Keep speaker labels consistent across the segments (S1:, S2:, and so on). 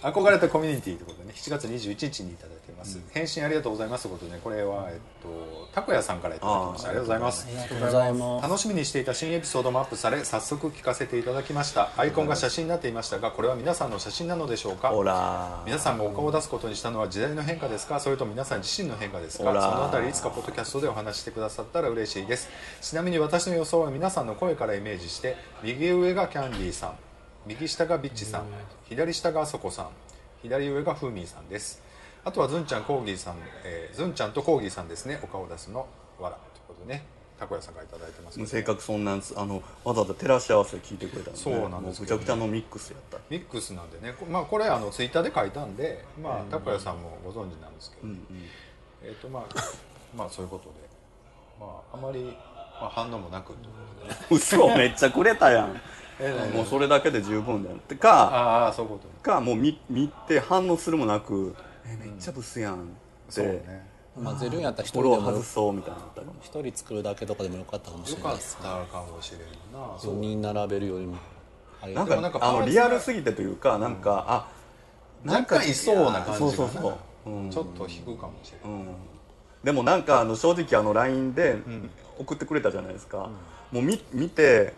S1: 憧れたコミュニティということでね7月21日にいただいてます、返信ありがとうございますということでねこれは、えっと、たこやさんからいただきましたありがとうございます
S2: ありがとうございます
S1: 楽しみにしていた新エピソードもアップされ早速聞かせていただきましたアイコンが写真になっていましたがこれは皆さんの写真なのでしょうか
S3: ほら
S1: 皆さんがお顔を出すことにしたのは時代の変化ですかそれとも皆さん自身の変化ですか
S3: ほ
S1: そ
S3: ら
S1: のあたりいつかポッドキャストでお話ししてくださったら嬉しいですちなみに私の予想は皆さんの声からイメージして右上がキャンディーさん右下がビッチさん左下があそこさん左上がフーミーさんですあとはズンちゃんコーギーさん、えーズンちゃんとコーギーさんですねお顔を出すのわらということでねたこやさんからいただいてますので
S3: 性格そんなんすあのわざわざ照らし合わせ聞いてくれたのね
S1: そうなんですけど
S3: もぐちゃ
S1: ね
S3: ぐちゃのミックスやった
S1: ミックスなんでね、こまあ、これあのツイッターで書いたんで、まあ、たこやさんもご存知なんですけど、えっ、とまあ まあそういうことで、まあ、あまり、まあ、反応もなくということでね、
S3: 嘘めっちゃくれたやん
S1: えー
S3: もうそれだけで十分だよってか
S1: ああそういうことね
S3: かもう見見て反応するもなく「えめっちゃブスやん」っ
S1: そう
S3: て
S1: ね
S2: まあゼルンやったら一
S3: フォ
S2: 人で
S3: ロー
S2: も
S3: 外そうみたいになったかも
S2: 一人作るだけとかでもよかったかもし
S1: よ
S2: れない
S1: かっ
S2: です
S1: たかもしれんなそう
S2: 4人並べるよりもあり
S3: な
S2: が
S3: んか
S2: とう
S1: もなんか
S3: あのリアルすぎてというかなんか、あ
S1: 若干いそうな感じがな
S3: そうそうそううん
S1: ちょっと引くかもしれない、
S3: でもなんかあの正直あの LINE で送ってくれたじゃないですか、もう見見て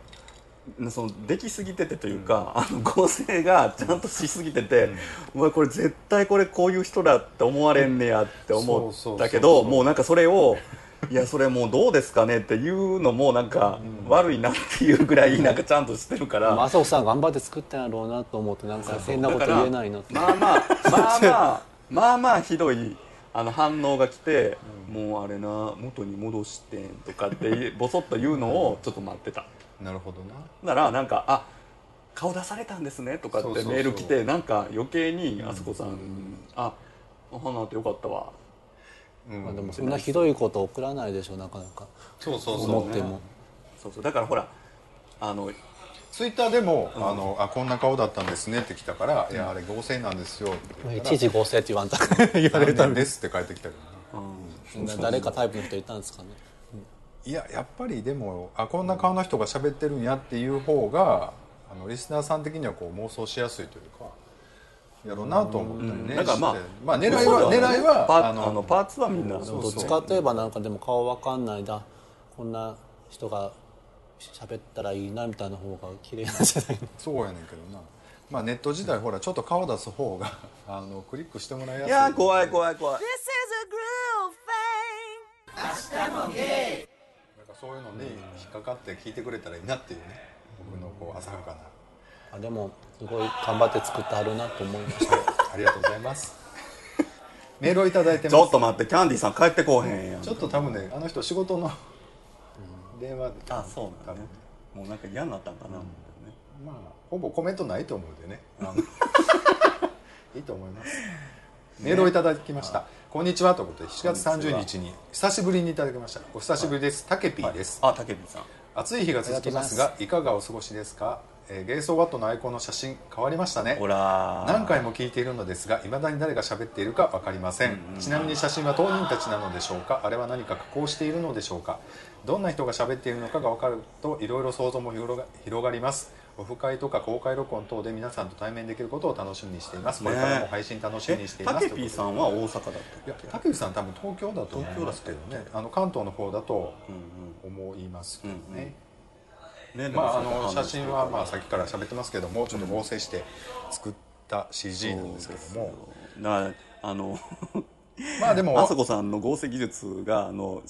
S3: そのできすぎててというか、あの合成がちゃんとしすぎてて、うわこれ絶対これこういう人だって思われんねやって思
S1: そうそうそう
S3: ったけどもうなんかそれを「いやそれもうどうですかね」っていうのもなんか悪いなっていうぐらいなんかちゃんとしてるから、
S2: まあ朝子さん頑張って作ったんやろうなと思ってなんか変なこと言えないなって
S3: まあまあまあまあまあまあひどいあの反応が来て、もうあれな元に戻してんとかってボソッと言うのをちょっと待ってた
S1: なるほどな
S3: ならなんかあ顔出されたんですねとかって
S1: そうそうそう
S3: メール来てなんか余計にあそこさん、あお花ってよかったわ
S2: まあでもそんなひどいこと送らないでしょなかなか
S1: そうそうそう
S2: 思っても
S3: そうそうだからほらあの
S1: ツイッターでも、あのあ「こんな顔だったんですね」って来たから「いやあれ合成なんですよ」って言
S2: い
S1: った
S2: ち
S1: ら
S2: いち合成って言わんたから
S1: 「残念です」って返ってきたけどな
S2: 誰かタイプの人いたんですかね
S1: いややっぱりでもあこんな顔の人が喋ってるんやっていう方があのリスナーさん的にはこう妄想しやすいというかやろうなと思ったりね、
S3: だからまあ
S1: してまあ狙いは
S3: そうだ
S1: 狙
S3: ね
S1: いは
S3: パ
S1: あ
S3: あの
S1: の
S3: パーツはみんな
S1: う
S2: どっちかといえばなんかでも顔わかんないだこんな人が喋ったらいいなみたいな方が綺麗なんじゃないの
S1: そうやねんけどな、まあ、ネット自体ほらちょっと顔出す方が あのクリックしてもらいやすい
S3: いやー怖い怖い怖い
S4: This is a groove thing.
S1: なんかそういうのに引っかかって聞いてくれたらいいなっていうね僕のこう浅はかな
S2: あでもすごい頑張って作ってはるなと思いました
S1: ありがとうございます メールをいただいて
S3: ち
S1: ま
S3: ょっ
S1: す
S3: と待ってキャンディーさん帰ってこうへんやん
S1: ちょっと多分ねあの人仕事の電話で
S3: あそうなんだねもうなんか嫌になったんかな、
S1: まあほぼコメントないと思うんでねあの いいと思いますメールをいただきました、こんにちはということで7月30日に久しぶりにいただきましたお久しぶりです、タケピーです、
S3: あ竹部さん
S1: 暑い日が続きますがいかがお過ごしですか、えー、ゲイソーワットのアイコンの写真変わりましたね
S3: ほらー
S1: 何回も聞いているのですが未だに誰が喋っているか分かりません、ちなみに写真は当人たちなのでしょうかあれは何か加工しているのでしょうかどんな人が喋っているのかが分かるといろいろ想像も広が広がりますオフ会とか公開録音等で皆さんと対面できることを楽しみにしていますこれからも配信楽しみにしてい
S3: え
S1: ま
S3: タ
S1: す
S3: ケピーさんは大阪だったっ
S1: いや竹内さん多分東京だと思いますけどねあの関東の方だと思いますけどね、
S3: けね
S1: まあ、あの写真はまあさっきから喋ってますけどもちょっと合成して作った CG なんですけども、
S3: なあの
S1: まあでも
S3: あそこさんの合成技術があの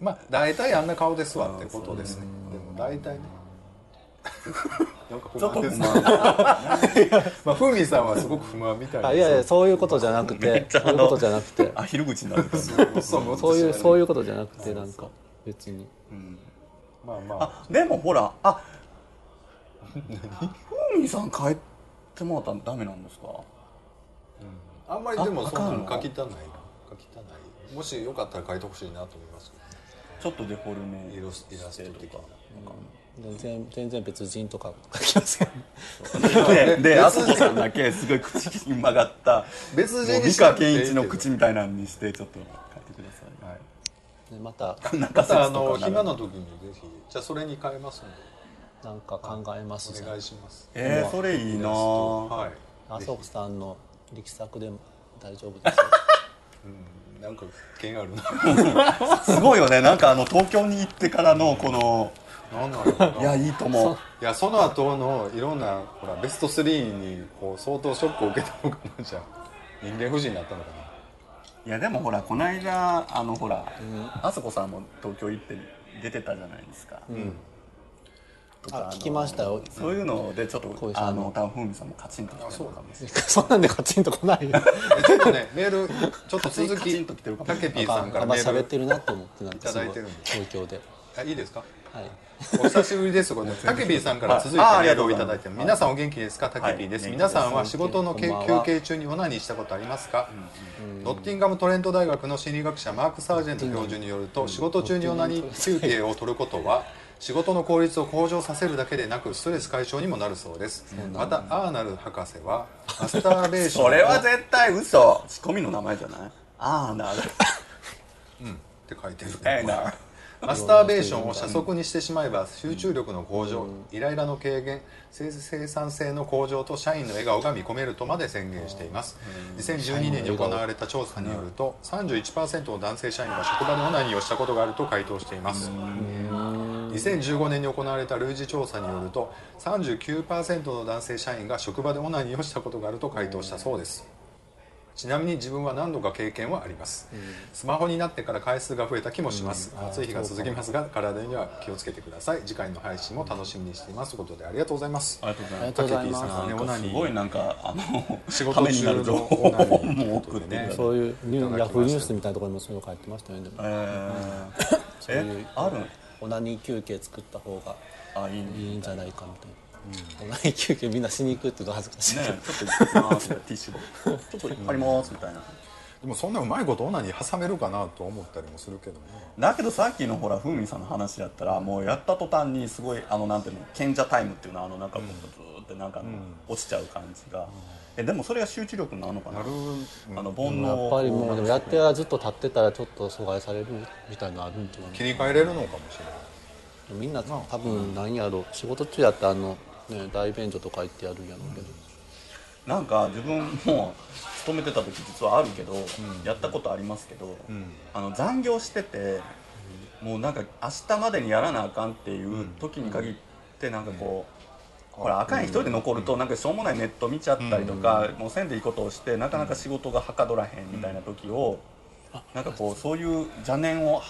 S1: まあ大体あんな顔ですわってことですねでも大体ね なんか不満ですね まあふみさんはすごく不満みたい
S2: あ
S1: ない
S2: やいやそういうことじゃなく てそういうことじゃなくて
S3: あ昼口になる
S1: そう思って
S2: そういうそうういうことじゃなくてなんか別に
S1: まあま
S3: でもほらあ何ふみさん帰ってもらったらダメなんですか
S1: ああんまりでも
S3: あ
S1: そんな
S3: あ
S1: の
S3: かん
S1: 書
S3: の
S1: きたない書きたないもしよかったら書いてほしいなと思いますけどね
S3: ちょっとデフォルメ
S1: イラスイラスト的な
S2: 全然全然別人とか書きますけど
S3: でであそこさんだけすごい口に曲がった
S1: 別人
S3: もう
S1: に
S3: 美
S1: しな
S3: 川
S1: くていいけ
S3: 憲一
S1: ど
S3: の口みたいなのにしてちょっと書いてください
S1: はい
S2: ねまた
S1: またあの暇な時にぜひじゃあそれに変えますの
S2: なんか考えます
S1: で
S2: じ
S1: お
S2: ゃ
S1: 願
S2: ん
S1: いします
S3: えーそれいい
S1: イ
S3: な
S1: ラストはい
S2: 麻生さんの力作でも大丈夫ですよ
S1: なんか原あるな
S3: すごいよねなんかあの東京に行ってからのこの
S1: なんなのか
S3: い
S1: ない
S3: やいいと思う
S1: やその後のいろんなほらベスト3にこう相当ショックを受けたのかなじゃあ人間不信になったのかない
S3: やでもほらこの間あのほら、あそこさんも東京行って出てたじゃないですか、とか
S2: あ聞きましたよ
S3: そういうのでちょっと、
S2: こういうさ
S3: あ
S2: んの
S3: のタンフーミさんもカチンときてるのかもしれない
S2: そんなんでカチンと来ないよ
S1: えちょっとねメールちょっと続
S3: カチ
S1: き
S3: ンときてるかも
S1: たけぴーさんから
S2: あんま
S1: メー
S2: 喋っ
S1: ル
S2: てるなって思ってなんかすご
S1: い
S2: い
S1: ただいてるんで
S2: 東京で
S1: あいいですか
S2: はい
S1: お久しぶりですということで、タケピーさんから続いてメ
S3: ああり
S1: ー
S3: がと
S1: ル
S3: う
S1: を
S3: ご
S1: い
S3: ざ
S1: た
S3: いま
S1: だいてます、皆
S3: す
S1: さんお元気ですか、タケピーです。
S3: はい
S1: 皆さんは仕事の
S2: 元気で
S1: 研
S2: すこんばん
S1: 究
S2: は
S1: 休憩中にオナニーしたことありますか、ノッティンガムトレント大学の心理学者マーク・サージェント教授によると、仕事中にオナニー休憩を取ることは、仕事の効率を向上させるだけでなく、ストレス解消にもなるそうです。また、アーナル博士は、マスターベーション
S3: それは
S1: っ
S3: 絶対嘘仕込みの名前じゃないああなる
S1: て書いてる。
S3: ええな
S1: マスターベーションを社速にしてしまえば集中力の向上、イライラの軽減生生産性の向上と社員の笑顔が見込めるとまで宣言しています2012年に行われた調査によると31%の男性社員が職場でオナニーをしたことがあると回答しています2015年に行われた類似調査によると39%の男性社員が職場でオナニーをしたことがあると回答したそうですちなみに自分は何度か経験はあります、スマホになってから回数が増えた気もします、暑い日が続きますが体には気をつけてください次回の配信も楽しみにしていますということでありがとうございます
S3: ありがとうござい
S2: あり
S3: ま
S2: がとうござい
S1: タケピーさ
S2: ま
S1: ん
S2: す
S1: ね
S3: すなんかすごいなんかあの
S1: 仕事中の
S3: ためになる情報
S1: オナニ
S3: を
S1: ー
S3: もう送って
S1: ね
S3: ね
S2: そういうニュ
S1: いただきました
S2: ーヤフーニュースみたいなところにもそういうの書いてましたよねでも
S3: えーえある
S2: オナニー休憩作った方が
S3: あいいね
S2: いいんじゃないかみたいな、オナニー休憩みんなしに行くっていうのが恥ずかしい
S3: ね
S2: けど、
S3: ちょっと行ってきますみたいな ティッシュでちょっと引っ張りますみたいな
S1: でもそんなうまいことオナニー挟めるかなと思ったりもするけどね
S3: だけどさっきのほらふうみんさんの話だったらもうやった途端にすごいあのなんていうの賢者タイムっていうのあのなんかこうずーってなんか落ちちゃう感じが、えでもそれが集中力になるのかな
S1: なる
S3: あの煩
S2: でもや
S3: 悩
S2: っぱりもうでもやってはずっと立ってたらちょっと阻害されるみたいなのあるんじゃない
S1: 切り替えれるのかもしれない
S2: みんな多分なんやろ仕事中やったらあの、ね、大便所とか行ってやるんやろうけど、
S3: なんか自分も勤めてた時実はあるけど、やったことありますけど、あの残業してて、もうなんか明日までにやらなあかんっていう時に限ってなんかこう、ほら赤い一人で残るとなんかしょうもないネット見ちゃったりとか、もうせんでいいことをしてなかなか仕事がはかどらへんみたいな時を、なんかこうそういう邪念を、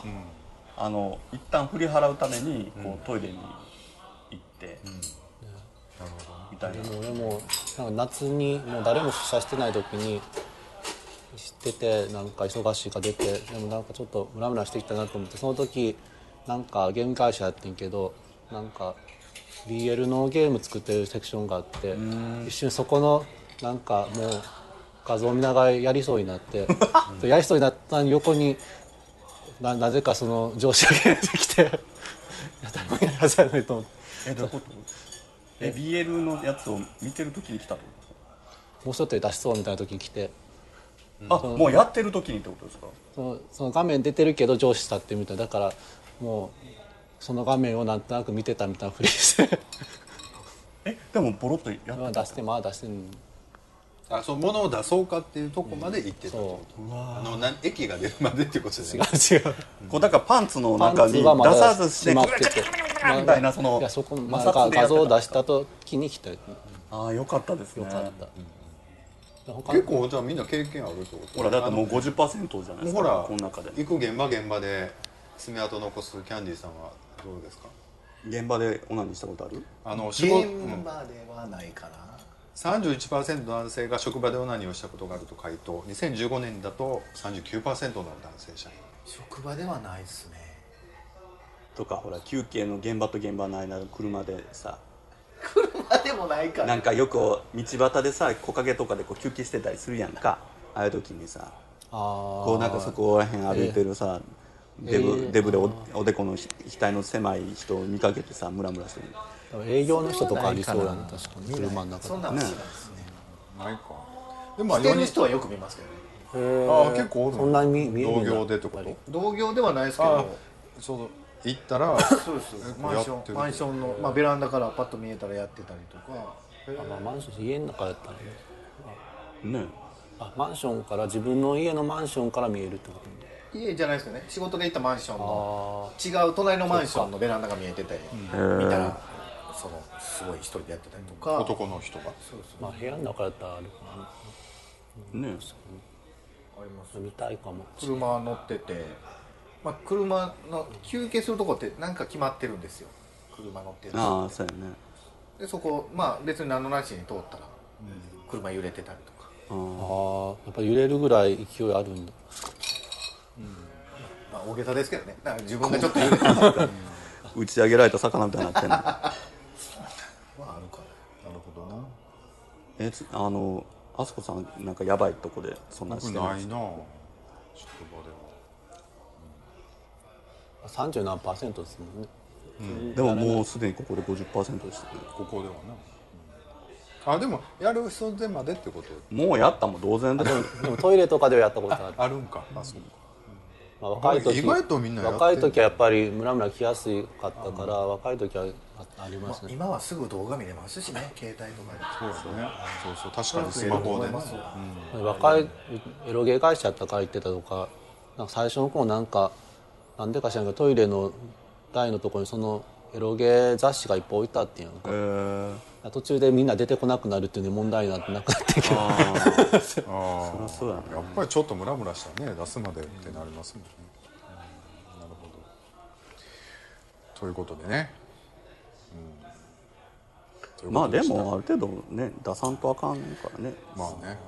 S3: あの一旦振り払うためにこうトイレに行って、みたいな。
S2: でも俺もなんか夏にもう誰も出社してない時に知っててなんか忙しいか出てでもなんかちょっとムラムラしてきたなと思ってその時なんかゲーム会社やってんけどなんか BL のゲーム作ってるセクションがあって一瞬そこのなんかもう画像を見ながらやりそうになってやりそうになったのに横にななぜかその上司が出てきて やったらやらせないと思って。
S3: えどういうことえ BL のやつを見てる時に来たってこ
S2: もうちょっとで出しそうみたいな時に来て
S3: とあもうやってる時にってことですか
S2: そのその画面出てるけど上司立ってみたいだからもうその画面をなんとなく見てたみたいなふりして
S3: えでもボロッとや
S2: まあ
S3: って
S2: 出してまあ出してん
S1: あそう物を出そうかっていうとこまで行ってた、
S2: そ
S1: あのな駅が出るまでっていうことじゃ
S2: う違
S1: ないう
S2: 違 う
S3: こうだからパンツの
S2: パ
S3: 中
S2: ンツ
S3: に
S2: はま
S3: 出さ
S2: だ
S3: ずして
S2: し
S3: グラ
S2: まっ
S3: グラ
S2: てて
S3: グラみたいなその
S2: いやそこ
S3: 摩
S2: まあ
S3: 擦でや
S2: 画
S3: って
S2: 像
S3: た
S2: を
S3: ん
S2: 出
S3: です
S2: し
S3: か
S2: た時に来たよ
S3: ああよかったですね
S2: かった他
S1: 結構じゃあみんな経験あるってこと
S3: ほらだってもう50%じゃないで
S1: もうほ
S3: すからこの中で
S1: 行く現場現場で爪痕残すキャンディーさんはどうですか
S3: 現場でオナニーしたことある
S1: あの仕事、うん
S5: 現場ではないかな、
S1: 31%の男性が職場でオナニーをしたことがあると回答2015年だと39%の男性社員
S5: 職場ではないですね
S3: とかほら休憩の現場と現場の間の車でさ
S5: 車でもないか
S3: な
S5: ら
S3: んかよく道端でさ木陰とかでこう休憩してたりするやんかああいう時にさ
S2: あ
S3: こうなんかそこら辺歩いてるさ、デブ、
S2: ええ
S3: デブでおおでこのひ額の狭い人を見かけてさムラムラしてる
S2: あ営業の人とかありそうやね確かに車の
S5: そ
S2: 中
S5: ん
S2: で
S5: なんは知らんですね
S1: ないかでも
S5: 来てる人はよく見ますけどね
S1: ああ結構おる
S2: そんなに見見える
S1: 同
S2: んだ
S1: 業でってこ
S2: やっ
S1: と
S5: 同業ではないですけ
S1: ああ
S5: ど
S1: そう行ったら
S5: そうです
S1: マ
S5: マ
S1: ン
S5: ン
S1: シ
S5: シ
S1: ョ
S5: ョ
S1: ン
S5: ンマンションの、まあ、ベランダからパッと見えたらやってたりとか
S2: あまあマンション家の中やったらね
S3: ね
S2: あマンションから自分の家のマンションから見えるってこと
S5: 家じゃないですよね仕事で行ったマンションの違う隣のマンションのベランダが見えてたり見たらそのすごい一人でやってたりとか
S1: 男の人が
S2: まあ部屋の中だったらあるかな
S3: ね
S5: あります
S2: 見たいかも
S5: 車乗ってて、まあ、車の休憩するとこってなんか決まってるんですよ車乗ってる
S3: ああそうやね
S5: でそこまあ別に何のなしに通ったら、車揺れてたりとか、
S2: ああやっぱ揺れるぐらい勢いあるんだ
S5: まあ、大げさですけどねだから自分がちょっと揺れてたりとか
S3: 打ち上げられた魚みたいになってんの
S5: まああるかななるほどな
S3: えつあのあそこさんなんかやばいとこでそんなんして
S1: ない
S3: す
S1: なぁ職場では
S2: 30何パーセントですもんね
S3: でももうすでにここで50%でしたね
S1: ここではなあでもやる人でまでってこと
S3: もうやったも同然だよ
S2: でも トイレとかではやったことある、
S1: あるんかあそうか
S2: まあ、若い時
S1: 意外とみんなやってんだ
S2: 若い時はやっぱりムラムラ来やすかったから若い時はあありますね
S5: 今はすぐ動画見れますしね携帯とか
S1: そうですねそうそう確かにスマホでね
S2: 若いエロゲー会社やったから行ってたとかなんか最初の頃なんかなんでか知らんけどトイレの台のところにそのエロゲー雑誌がいっぱい置いてあってんやんか
S3: へえ
S2: 途中でみんな出てこなくなるっていうのに問題になってなくなってきて
S1: あ
S3: あそうやね
S1: あやっぱりちょっとムラムラしたね出すまでってなりますもんね、うんなるほどということでね、うん、
S3: まあ
S1: とい
S3: で
S1: うこと
S3: もある程度ね出さんとあかんからね
S1: したまあね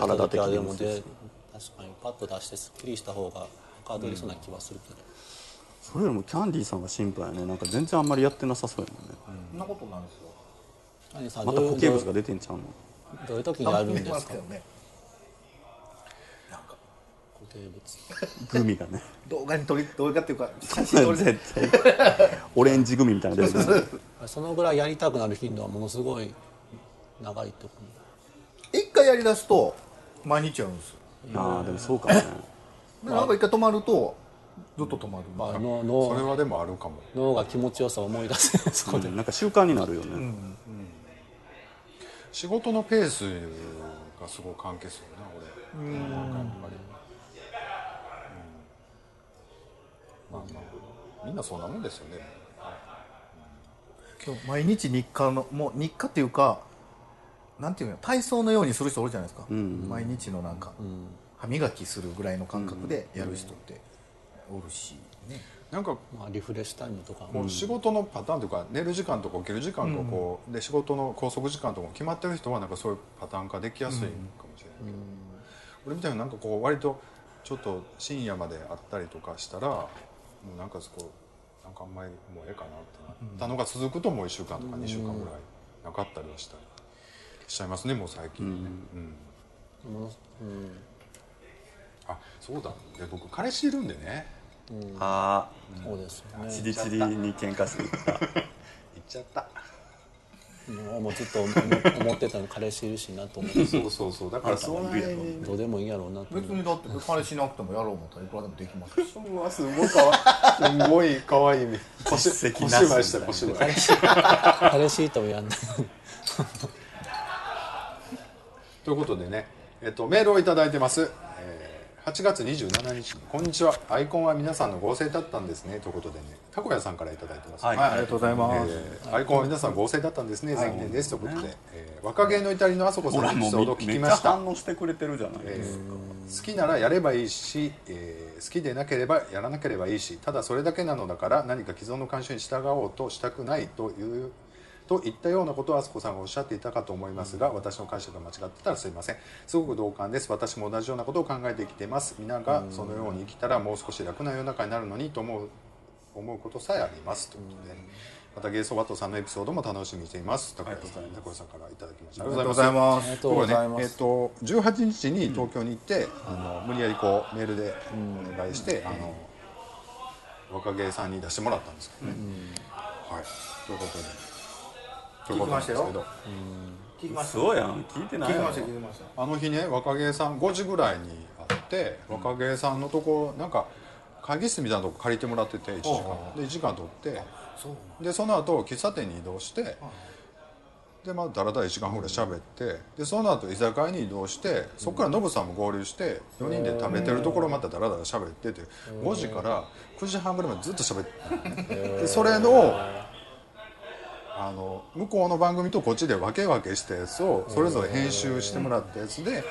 S3: 体的に
S2: で
S3: も
S2: も
S3: そうです
S2: で
S3: ね
S2: 確かにパッと出してすっきりした方がはかどりそうな気はするけど、
S3: それよりもキャンディーさんが心配やねなんか全然あんまりやってなさそうやもんね、
S5: そんなことなんですよ
S2: 何さん
S3: また
S2: どうい
S3: 固
S2: う
S3: 形物が出てんちゃうの
S2: どういう時にやるんで
S5: 見ますす
S2: か
S5: け
S2: 固
S5: どねなんか
S2: 定物
S3: グミがね
S5: 動画に撮り動画っていうか写真撮り
S3: 絶対オレンジグミみたいなの出てくる
S2: そのぐらいやりたくなる頻度はものすごい長いとこ
S5: 一回やりだすと毎日やるんですよ
S3: ああでもそうかもね
S5: でなんか一回止まるとずっと止まる、
S2: まあの
S1: それ
S2: 脳
S1: はでもあるかも
S2: 脳が気持ちよさを思い出せ そこで、
S3: なんか習慣になるよね、
S1: 仕事のペースがすごい関係するな俺うんなんかやっぱり、うん、まあまあみんなそんなもんですよね
S5: 今日毎日日課のもう日課っていうかなんていうの体操のようにする人おるじゃないですか、毎日のなんか、歯磨きするぐらいの感覚でやる人っておるし、ね
S1: なんか
S2: まあ、リフレッシュタイムとか
S1: こう仕事のパターンというか寝る時間とか起きる時間とかこうで仕事の拘束時間とかも決まってる人はなんかそういうパターン化できやすいかもしれないけど俺みたいになんかこう割とちょっと深夜まであったりとかしたらもうなんかそこなんかあんまりもうええかなってなったのが続くともう1週間とか2週間ぐらいなかったりはしたりしちゃいますねもう最近ね。うんあそうだで僕彼氏いるんでね
S3: あ
S2: そうですよ
S3: あ
S2: ね
S3: チリチリに喧嘩する
S1: 行っちゃった。
S2: もうもうずっと思思思ってたの彼氏いるしなと思って
S1: そうそうそうだからそうなんやね
S2: どうでもいいやろうなと思
S5: 別
S2: って
S5: にだって彼氏なくてもやろう思ったらいくらでもできますし
S1: うわすごいかわいいすごいかわいいね腰
S3: 実績
S1: 腰
S3: なし
S1: 芝居した腰芝居
S2: 彼氏いてもやんない
S1: ということでね、えっと、メールをいただいてます、えー8月27日に「こんにちはアイコンは皆さんの合成だったんですね」ということでねたこやさんからいただいてます、
S3: はい
S5: はいありがとうございます、
S1: えーアイコンは皆さん合成だったんですね残念ですということで、えー若気の至りのあそこさ
S3: ほ
S1: んの
S3: ら
S1: エピ
S3: も
S1: ソー
S3: う
S1: ド
S3: め
S1: を聞き
S3: っち
S1: ま
S3: ゃ
S1: した
S3: 反応してくれてるじゃない
S1: え
S3: ですか、
S1: ー好きならやればいいし、えー好きでなければやらなければいいしただそれだけなのだから何か既存の慣習に従おうとしたくないというといったようなことをあすこさんがおっしゃっていたかと思いますが私の解釈が間違ってたらすいませんすごく同感です私も同じようなことを考えてきています皆がそのように生きたらもう少し楽な世の中になるのにと思う思うことさえありますということで、またゲイソバトさんのエピソードも楽しみにしています高橋さん高橋さんからいただきましたありがとうございます
S5: ます
S2: ありがとうございます
S1: えっと18日に東京に行って、あの無理やりこうメールでお願いして、あの若芸さんに出してもらったんですけどね、はいということでということなんですけど
S5: 聞きま聞きました
S3: そうやん聞いてない
S5: 聞き
S3: や
S5: ま
S3: ん
S5: した聞きました
S1: あの日ね若芸さん5時ぐらいに会って若芸さんのとこなんか会議室みたいなとこ借りてもらってて1時間で1時間取って
S5: そう
S1: でその後喫茶店に移動してでまあだらだら1時間半ぐらい喋ってでその後居酒屋に移動してそこからノブさんも合流して4人で食べてるところまただらだら喋ってて5時から9時半ぐらいまでずっと喋ってでそれのあの向こうの番組とこっちで分け分けしたやつをそれぞれ編集してもらったやつで、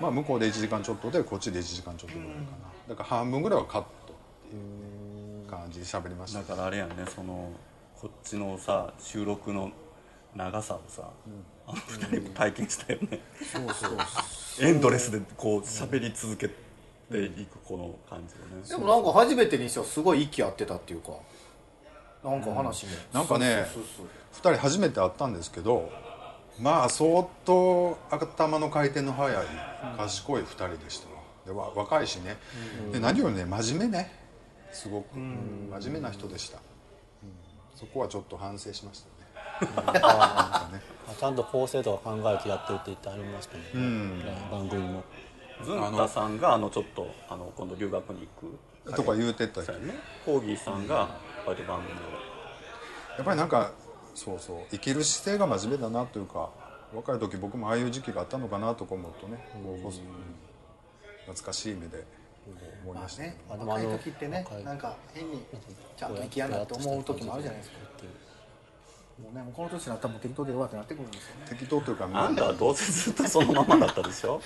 S1: まあ、向こうで1時間ちょっとでこっちで1時間ちょっとぐらいかなだから半分ぐらいはカットっていう感じで喋りました
S3: だからあれやんねそのこっちのさ収録の長さをさ、あの2人も体験したよね、エンドレスでこう喋り続けていくこの感じよね、
S5: でもなんか初めてにしてはすごい息合ってたっていうかなんか話も、
S1: なんかね
S5: そうそうそう
S1: 2人初めて会ったんですけどまあ相当頭の回転の速い賢い2人でしたわでわ若いしね、で何よりね真面目ねすごく、真面目な人でした、うんそこはちょっと反省しましたね
S2: あちゃんと構成とか考えてやってるって言ってありましたね、はい番組も
S3: ずんたさんがあのちょっとあの今度留学に行く
S1: とか言うてたけ
S3: さ
S1: ど
S3: やねコーギーさんがバイト番組を
S1: やっぱりなんかそうそう生きる姿勢が真面目だなというか若い時僕もああいう時期があったのかなとか思うとねこうこそ懐かしい目でこう思いましたね
S2: あでもあ
S5: 若い
S2: の
S5: 時ってね
S2: 若い
S5: なんか変にちゃんと生きやなって思う時もあるじゃないですかもうねもうこの年になったらもう適当でよかってなってくるんですよね
S1: 適当というか
S3: あんたはどうせずっとそのままだったで しょ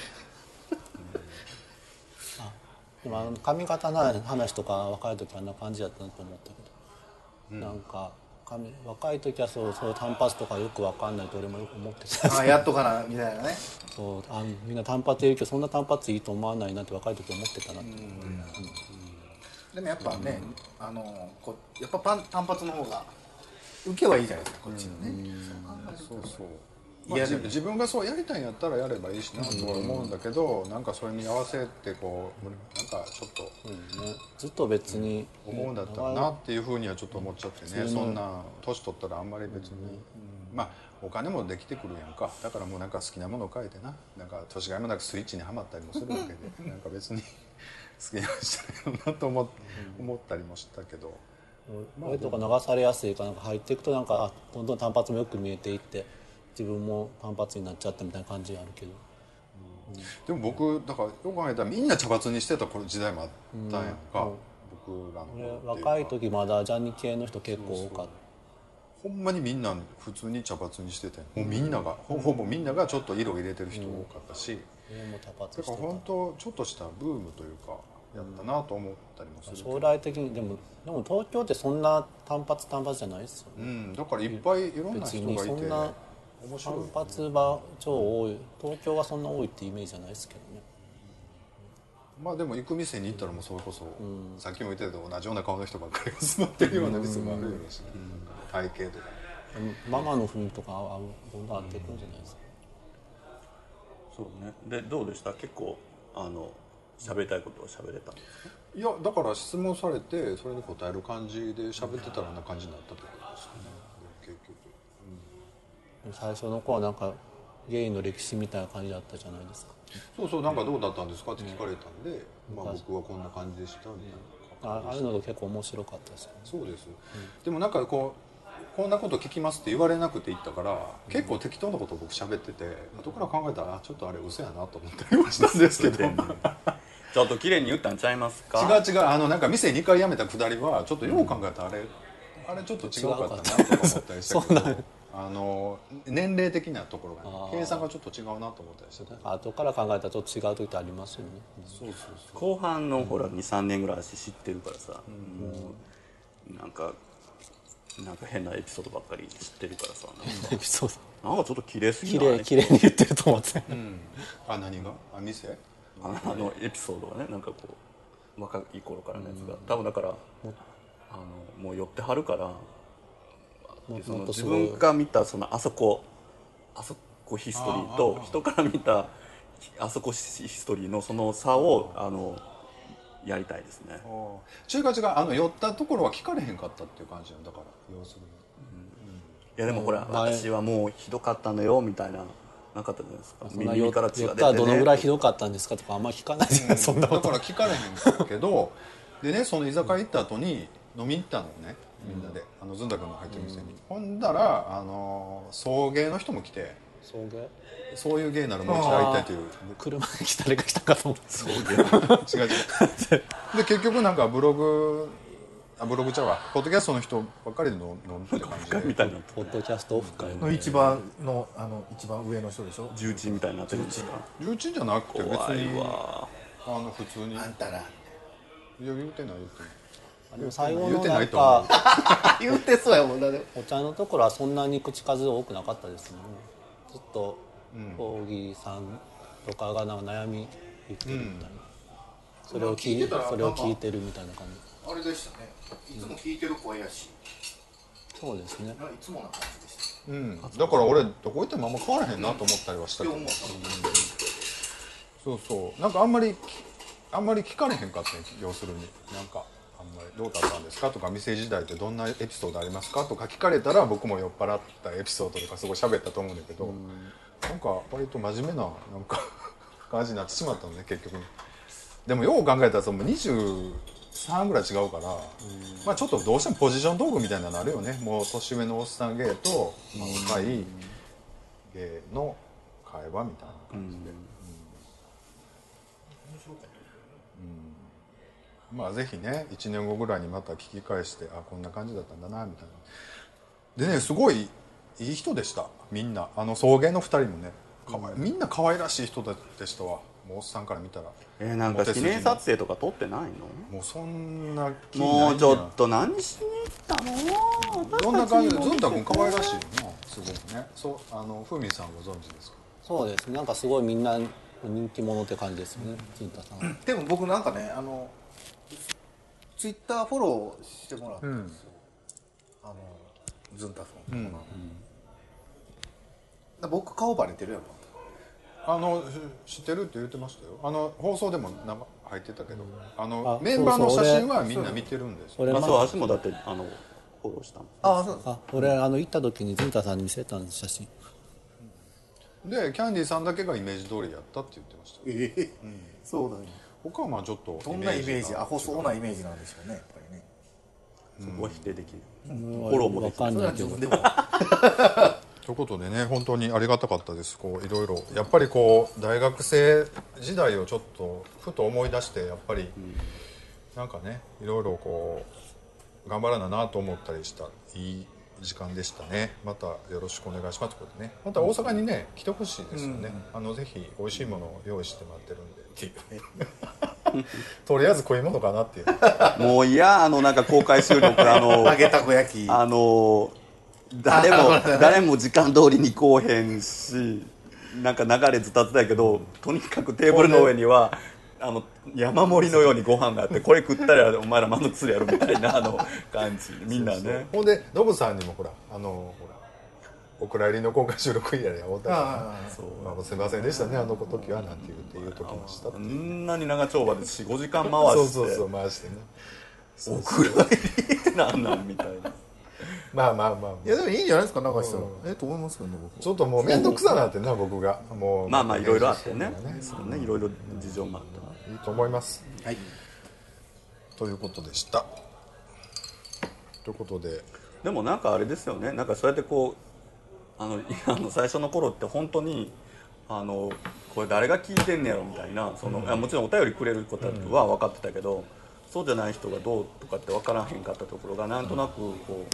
S2: 今あの髪型の話とか若い時あんな感じだったなと思ったけど、なんか髪若い時はそうそういう短髪とかよくわかんないと俺もよく思って た
S5: ああやっとかなみたいなね
S2: そうあみんな短髪でいるけどそんな短髪いいと思わないなって若い時思ってたなって、
S5: でもやっぱね、あのこやっぱパン単発の方が受けはいいじゃないですかこっちのね、
S1: そうそう、まあ、自自分がそうやりたいんやったらやればいいしなとは思うんだけど、なんかそれに合わせてこうなんかちょっと
S2: うんね、ずっと別に、
S1: 思うんだったらなっていうふうにはちょっと思っちゃってね、そんな年取ったらあんまり別に、まあお金もできてくるやんかだからもうなんか好きなものを変えてななんか年がいもなくスイッチにはまったりもするわけ でなんか別に好きなようにしたらいいのなと思,、思ったりもしたけど
S2: これとか流されやすいからなんか入っていくとなんかあどんどん短髪もよく見えていって自分も短髪になっちゃったみたいな感じがあるけど
S1: でも僕だからよく考えたらみんな茶髪にしてた時代もあったやんか、僕らの頃って
S2: 俺
S1: いうか
S2: 若い時まだジャニー系の人結構多かった
S1: ほんまにみんな普通に茶髪にしててもうみんなが、ほほぼみんながちょっと色入れてる人多かったし、
S2: 俺も短
S1: だ
S2: 髪
S1: か
S2: し
S1: ら
S2: てた
S1: 本当ちょっとしたブームというかやったなと思ったりもするけど、
S2: 将来的にでもでも東京ってそんな単発単発じゃないですよ
S1: う
S2: ね、
S1: ん、だからいっぱいいろんな
S2: 別
S1: 人
S2: に
S1: がいて
S2: そんな
S1: 面白い
S2: 単発は超多い東京はそんな多いってイメージじゃないですけどね
S1: まあでも行く店に行ったらもうそれこそ、さっきも言ってたけど同じような顔の人ばっかりが集まってるような店もあるようだしね、体型とか
S2: ママの雰囲気とかはどんどん合ってくるんじゃないですか、
S3: そうねでどうでした結構あの喋りたいことを喋れたんですか
S1: いやだから質問されてそれに答える感じで喋ってたらあんな感じになったってことですよね結局
S2: 最初の頃はなんかゲイの歴史みたいな感じだったじゃないですか
S1: そうそうなんかどうだったんですかって聞かれたんで、まあ僕はこんな感じでしたみたいな
S2: ああるのが結構面白かったですよね
S1: そうです、でもなんかこうこんなこと聞きますって言われなくて言ったから、結構適当なこと僕喋ってて後から考えたらあちょっとあれ嘘やなと思ったりもしたんですけど違う
S3: ちょっと綺麗に言ったんちゃいますか
S1: 違うあのなんか店2回辞めたくだりはちょっとよう考えたらあれ、あれちょっと違うかったなとか思ったりしたけどあの年齢的なところがね計算がちょっと違うなと思ったりしてね
S2: 後から考えたらちょっと違う時ってありますよね、
S1: そうそうそう
S3: 後半のほら23年ぐらい足知ってるからさ、もうなんかなんか変なエピソードばっかり知ってるからさなんか
S2: エピソード
S3: なんかちょっと綺麗すぎ
S2: 綺
S3: ない
S2: 麗綺麗に言ってると思って、
S1: あ何があ店
S3: あのあのエピソードがねなんかこう若い頃からのやつが、多分だからあのもう寄ってはるから
S2: も
S3: そ
S2: も
S3: の
S2: っと
S3: 自
S2: すごい
S3: 分が見たそのあそこあそこヒストリーと人から見たあそこヒストリーのその差をあのやりたいですね
S1: 中華違うあの寄ったところは聞かれへんかったっていう感じなんだから要するに
S3: いやでもほら
S2: 前
S3: 私はもうひどかったのよみたいななかったじゃないですか
S2: そんな
S3: 耳
S2: よ
S3: から血
S2: 言
S3: が
S2: っ
S3: 出
S2: たら
S3: て、
S2: どのぐらいひ
S3: ね、
S2: どかったんですかとかあんま聞かないじゃない、そんな
S1: だ
S2: こ
S1: か
S2: と
S1: ら聞かれへんけどでねその居酒屋行った後に飲み行ったのね、みんなで、あのずんだ君が入ってる店に、ほんだらあの送迎の人も来て
S2: 送迎
S1: そういう芸ならもう一度会いたいという
S2: 車で来た誰か来たかと思って送迎
S1: 違う違うで結局なんかブログあブログちゃうわポッドキャストの人ばっかりで飲んでる感じ で
S3: みたいになって
S2: ポッドキャストオフ会
S5: の一番のあの一番上の人でしょ
S3: 重鎮みたいになってるんですか
S1: 重鎮じゃなくて別
S3: 怖い
S1: に
S3: わ
S1: あの普通にいや
S5: あんたら
S1: 言うてない言うてない
S2: でも最後
S1: 言う
S2: の
S1: てな
S2: なん
S1: いと思う
S2: か
S5: 言うてそうやもんなでも
S2: お茶のところはそんなに口数多くなかったですねずっと大木さんとかがなんか悩み言ってるみたいな、それを聞い
S5: 聞いてたら
S2: それを聞いてるみたいな感じ
S5: あれでしたねいつも聞いてる声やし、
S2: そうですね
S5: いつもな感じでした
S1: うん、だから俺どこ行ってもあんま変わらへんなと思ったりはしたけど、そうそうなんかあんまりあんまり聞かれへんかったんや要するになんかあんまり「どうだったんですか?」とか「店時代ってどんなエピソードありますか?」とか聞かれたら僕も酔っ払ったエピソードとかすごい喋ったと思うんだけど、なんか割と真面目ななんか感じになってしまったのね結局でもよう考えたらその23ぐらい違うから、まあちょっとどうしてもポジショントークみたいなのあるよねもう年上のおっさん芸と、まあ、若い芸の会話みたいな感じで、うんまあぜひね1年後ぐらいにまた聞き返してあこんな感じだったんだなみたいなでねすごいいい人でしたみんなあの送迎の2人もねかわいみんな可愛らしい人でしたわもうおっさんから見たら
S3: えーなんか
S1: お手
S3: 記
S1: 筋の
S3: 念撮影とか撮ってないの
S1: もうそんな気ないやん
S3: もうちょっと何しに行ったの
S1: どんな感じでずんたくん可愛らしいよなすごくねそうあのふみさんご存知ですか
S2: そうですねなんかすごいみんな人気者って感じですよねずんたさんは
S5: でも僕なんかねあのツイッターフォローしてもらったんですよ、あのズンタさんとかな、だ僕顔バレてるやろ
S1: あのし知ってるって言ってましたよあの放送でも名前入ってたけど、あの
S2: あ
S1: メンバーの
S2: そう
S1: 写
S2: そう
S1: 真はみんな見てるんですよ
S2: 俺
S3: あ
S2: ま
S3: そう足もだってあのフォローしたの
S5: ああそう
S2: あ俺あの行った時にずんたさんに見せたんです写真
S1: でキャンディーさんだけがイメージ通りやったって言ってましたよ
S5: ええそうだね
S1: 他はまあちょっと
S5: どんなイメージ
S1: が
S5: アホそうなイメージなんでしょうねやっぱりね
S3: そこは否定できない、フォローもで
S2: わ
S3: きな
S2: か
S3: い
S2: ん
S5: それ
S2: な
S5: はい
S2: け
S5: 自
S2: ど
S5: 分でも
S1: ということでね本当にありがたかったですこういろいろやっぱりこう大学生時代をちょっとふと思い出してやっぱり、なんかねいろいろこう頑張らななと思ったりしたいい時間でしたねまたよろしくお願いしますということでねまた大阪にね来てほしいですよね、あのぜひ美味しいものを用意して待ってるんでっていう とりあえずこういうものかなっていう
S3: もういやあのなんか公開収録 あの
S5: 揚げたこ焼き
S3: あの誰も誰も時間通りに来おへんしなんか流れずたずたやけどとにかくテーブルの上にはあの山盛りのようにご飯があってこれ食ったらお前ら満足するやろみたいなあの感じみんなね
S1: ほんでノブさんにもほらあのほらお蔵入りの公開収録以来会おうたから
S5: ああ
S1: そうまあ、すみませんでしたねあの時はなんて言って言うときました
S3: こ
S1: って
S3: んなに長丁場で45時間回して
S1: そうそうそう回してね
S3: お蔵入りってなんなんみたいな
S1: まあまあまあ、
S5: いやでもいいんじゃないですか中井さんええと思いますけどね僕
S1: ちょっともう面倒くさなってな僕がもう
S3: まあまあいろいろあってね
S1: ね
S3: そうねいろいろ事情もあった
S1: いいと思います
S5: はい
S1: ということでしたということで
S3: でもなんかあれですよねなんかそうやってこうあのあの最初の頃って本当にあのこれ誰が聞いてんねやろみたいなその、いやもちろんお便りくれることは分かってたけど、そうじゃない人がどうとかって分からへんかったところがなんとなくこ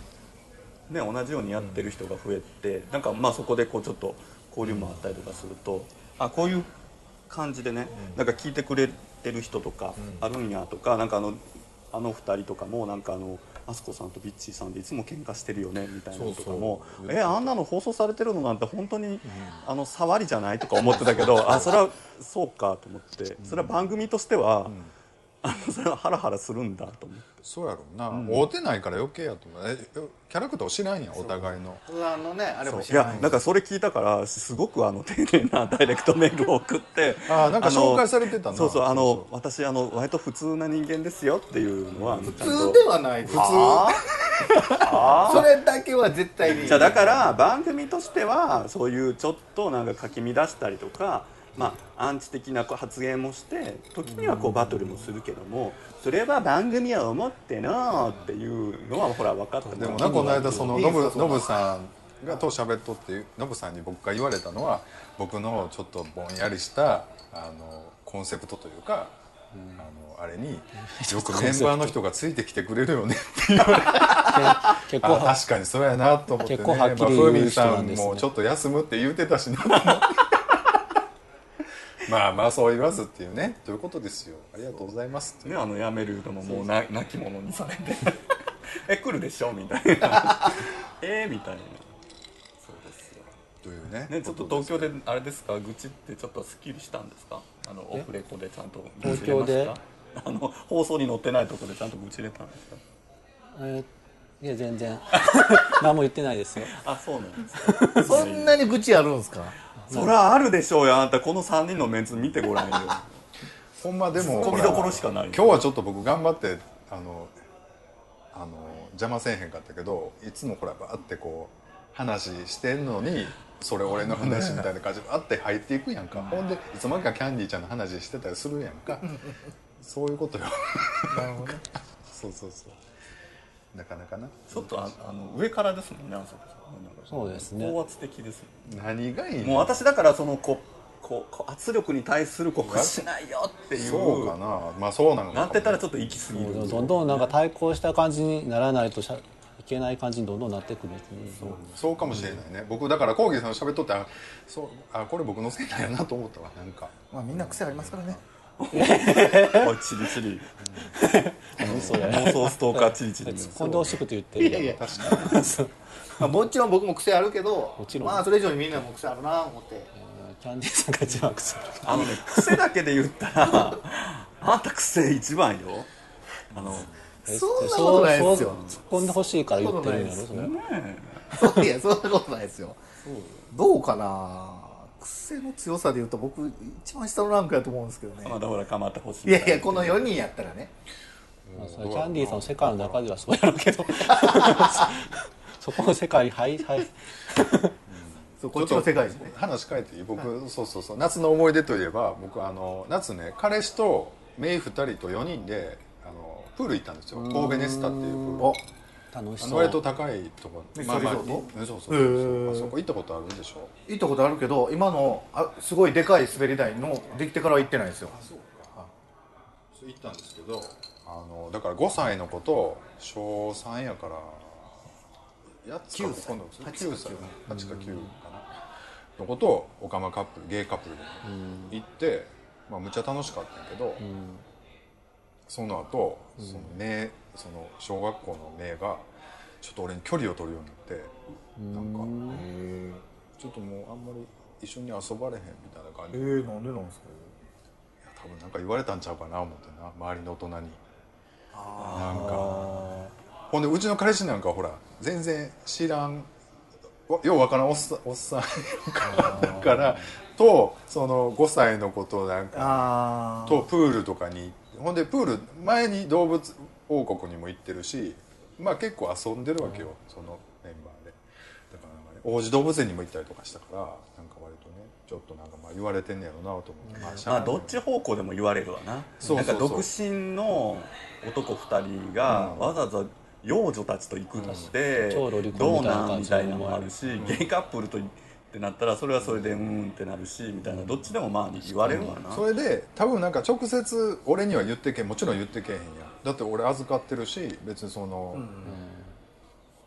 S3: う、ね、同じようにやってる人が増えて、なんかまあそこでこうちょっと交流もあったりとかすると、あこういう感じでね、なんか聞いてくれてる人とかあるんやとか、なんかあのあの二人とかもなんかあのあすこさんとビッチーさんでいつも喧嘩してるよねみたいなのとかも
S1: そうそう
S3: えあんなの放送されてるのなんて本当に、あの触りじゃないとか思ってたけ どあそれはそうかと思ってそれは番組としては、あのそれはハラハラするんだと思って
S1: そうやろうな、会うてないから余計やと思うえキャラクターを知らんやんお互いの
S5: あのねあれも
S3: いやなんかそれ聞いたからすごくあの丁寧な ダイレクトメールを送って
S1: あーなんか
S3: あの
S1: 紹介されてたな
S3: そうそうあ
S1: そう
S3: の私あの割と普通な人間ですよっていうのは普
S5: 普通ではない普通それだけは絶対に
S3: じゃあだから番組としてはそういうちょっとなんかかき乱したりとかまあ、アンチ的な発言もして時にはこうバトルもするけどもそれは番組を思ってのっていうのはほら分かった
S1: でもなこの間そのノブノブさんがと喋っとってノブさんに僕が言われたのは僕のちょっとぼんやりしたあのコンセプトというか、あのあれ によくメンバーの人がついてきてくれるよねって言われて
S2: 結構
S1: あ確かにそうやなと思ってね
S2: 結構はっきり
S1: まあ
S2: 言う
S1: ふうみんさ
S2: 人なんんですね
S1: もちょっと休むって言うてたしなと思って まあまあそう言わずっていうねということですよありがとうございますっていう
S3: ね、あの辞めるのももうな泣き者にさ れて「え来るでしょ」みたいな 「えみたいなそうですよ、
S1: というね
S3: ね、ちょっと東京であれですか愚痴ってちょっとすっきりしたんですかあのオフレコでちゃんと愚痴れました
S2: 東
S3: あの放送に載ってないところでちゃんと愚痴れたんですか
S2: えーいや全然 何も言ってないですよ
S3: あ そうなんですか
S5: そんなに愚痴あるんですか
S3: そりゃあるでしょうよあんたこの3人のメンツ見てごらんよ
S1: ほんまでも
S3: ツッコミどころしかな
S1: ほ
S3: い
S1: ら今日はちょっと僕頑張ってあのあの邪魔せえへんかったけどいつもほらバーってこう話してんのにそれ俺の話みたいな感じでバーって入っていくやんかほんでいつまかキャンディーちゃんの話してたりするやんかそういうことよ
S5: なるほどね
S1: そうそうそうなかなかな
S3: ちょっとああの上からですもんねあそこさんなんか
S2: そうですね
S3: 高圧的ですもんね
S1: 何がいいの
S3: もう私だからそのこここう圧力に対するこう屈しないよっていう
S1: そうかなまあそうなのかも
S3: なってたらちょっと行き過ぎる
S2: もうどんどんなんか対抗した感じにならないとしゃいけない感じにどんどんなっていくんですね
S1: そうかもしれないね、僕だからコーギーさんと喋っとってあそうあこれ僕のせいだよなと思ったわなんか
S5: まあみんな癖ありますからね
S3: おいチリチリ
S2: 何それ
S3: 妄想ストーカーチリチ
S2: 突
S3: リ
S2: っ込んでほしくて言ってるやん
S1: 確かに
S5: まあもちろん僕も癖あるけど
S2: もちろん
S5: まあそれ以上にみんなも癖あるな思って
S2: キャンディーさんが一番口悪い
S3: あのね癖だけで言ったらあんた癖一番よあのね
S5: そんなことないですよ
S2: そうそう突っ込んでほしいから言ってるんやろ
S5: そ
S2: それ
S3: え
S5: そういやそんなことないですよどうかな癖の強さで言うと僕一番下のランクやと思うんですけどね
S3: まだほら構ってほしい
S5: いやいやこの4人やったらね
S2: まあそれキャンディーさんの世界の中ではそうやろう けどそこの世界にはいはい
S5: そうこっちの世界ですね
S1: 話変えていい僕、そうそうそう夏の思い出といえば僕あの夏ね彼氏とメイ2人と4人であのプール行ったんですよ神戸ネスタっていうプール
S5: お
S2: 楽し
S1: あ
S2: そ
S1: の
S2: う
S1: 割と高いとこ
S5: ネス
S1: ま
S5: タ
S1: あ
S5: リゾ
S1: まあ
S5: ート
S1: うんそうそう
S5: へ
S1: そう
S5: ー
S1: あそこ行ったことあるんでしょ
S5: 行ったことあるけど今のあすごいでかい滑り台のできてからは行ってないですよ
S1: そう行ったんですけどあのだから5歳の子と小3やから8つか
S5: 9歳
S1: 今度9歳8か9かなの子とオカマカップルゲイカップルで行って、まあ、むっちゃ楽しかったんやけど、その後その姉その小学校の姉がちょっと俺に距離を取るようになってなんかちょっともうあんまり一緒に遊ばれへんみたいな感じで
S5: えー、なんでなんですか
S1: 多分なんか言われたんちゃうかな思ってな周りの大人になんかほんでうちの彼氏なんかほら全然知らんわようわからんおっさんおっさんだからとその5歳の子となんか
S5: あ
S1: とプールとかにほんでプール前に動物王国にも行ってるしまあ結構遊んでるわけよそのメンバーでだからなんか、ね、王子動物園にも行ったりとかしたからなんか割とねちょっとなんかまあ言われてんねやろなと思って、まあしゃ
S3: ま
S1: あ
S3: あ
S1: ないよ
S3: どっち方向でも言われるわな
S1: そうそうそう
S3: なんか独身の男2人がわざわざ幼女たちと行くって
S2: うん超ロリコン
S3: どう
S2: みたいな
S3: なん
S2: 感
S3: み
S2: じ
S3: たいなのもあるしゲイカップルとってなったらそれはそれでうーんってなるしみたいなどっちでもまあ言われるわな
S1: それで多分なんか直接俺には言ってけんもちろん言ってけへんやだって俺預かってるし別にその、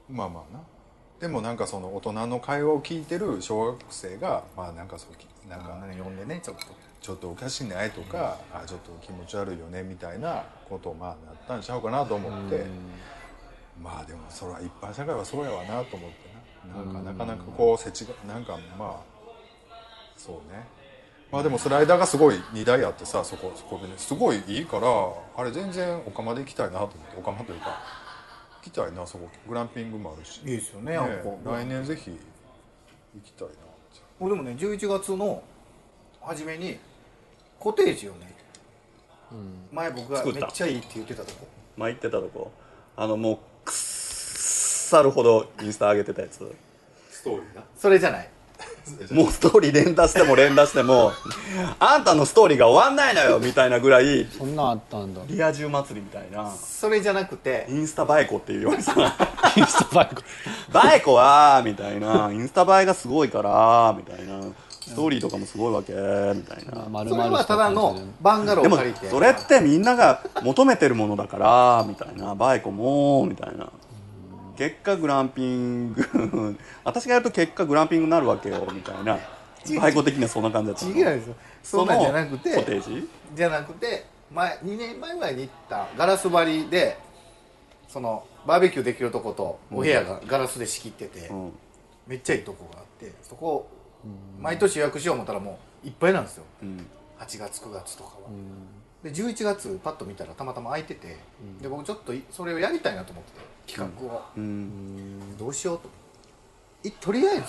S1: まあまあなでもなんかその大人の会話を聞いてる小学生がまあなんかそうきなん
S5: あ
S1: か
S5: 何呼んでねちょっと
S1: ちょっとおかしいねとか、あちょっと気持ち悪いよねみたいなことをまあなったんちゃうかなと思って、まあでもそれは一般社会はそうやわなと思ってななんかなかなかこうせちがなんかまあそうねまあでもスライダーがすごい2台あってさそこそこでねすごいいいからあれ全然オカマで行きたいなと思ってオカマというか行きたいなそこグランピングもあるし、
S5: いいですよねあんこ
S1: 来年ぜひ行きたいなって
S5: 俺でもね11月の初めにコテージをね、前僕が
S3: 作
S5: め
S3: った
S5: っちゃいいって言ってたとこ
S3: まあ言ってたとこあのもうくっさるほどインスタ上げてたやつ
S5: それじゃない
S3: もうストーリー連打しても連打しても あんたのストーリーが終わんないのよみたいなぐらい
S2: そんなんあったんだ。
S3: リア充祭りみたいな
S5: それじゃなくて
S3: インスタ映え子っていうよりさ
S2: インスタバイク。
S3: 映え子はみたいなインスタ映えがすごいからみたいなストーリーとかもすごいわけみたいな
S2: 丸
S5: それ
S2: 々
S5: は
S2: した
S5: ただ
S2: 感じで
S5: のバンガロ
S3: で
S5: ーを
S3: も
S5: 借りて
S3: それってみんなが求めてるものだからみたいなバイコもみたいな結果グランピング私がやると結果グランピングになるわけよみたいなバイコ的にはそんな感じだった
S5: 違うんですよそんなんじゃなく
S3: コテ
S5: て
S3: ージ
S5: じゃなくて前2年前ぐらいに行ったガラス張りでそのバーベキューできるとことお部屋がガラスで仕切ってて、
S3: うん
S5: めっちゃいいとこがあってそこ毎年予約しよう思ったらもういっぱいなんですよ
S3: うん
S5: 8月9月とかは、で11月パッと見たらたまたま空いてて、で僕ちょっといそれをやりたいなと思ってて企画を、
S3: うん
S5: どうしようといとりあえず、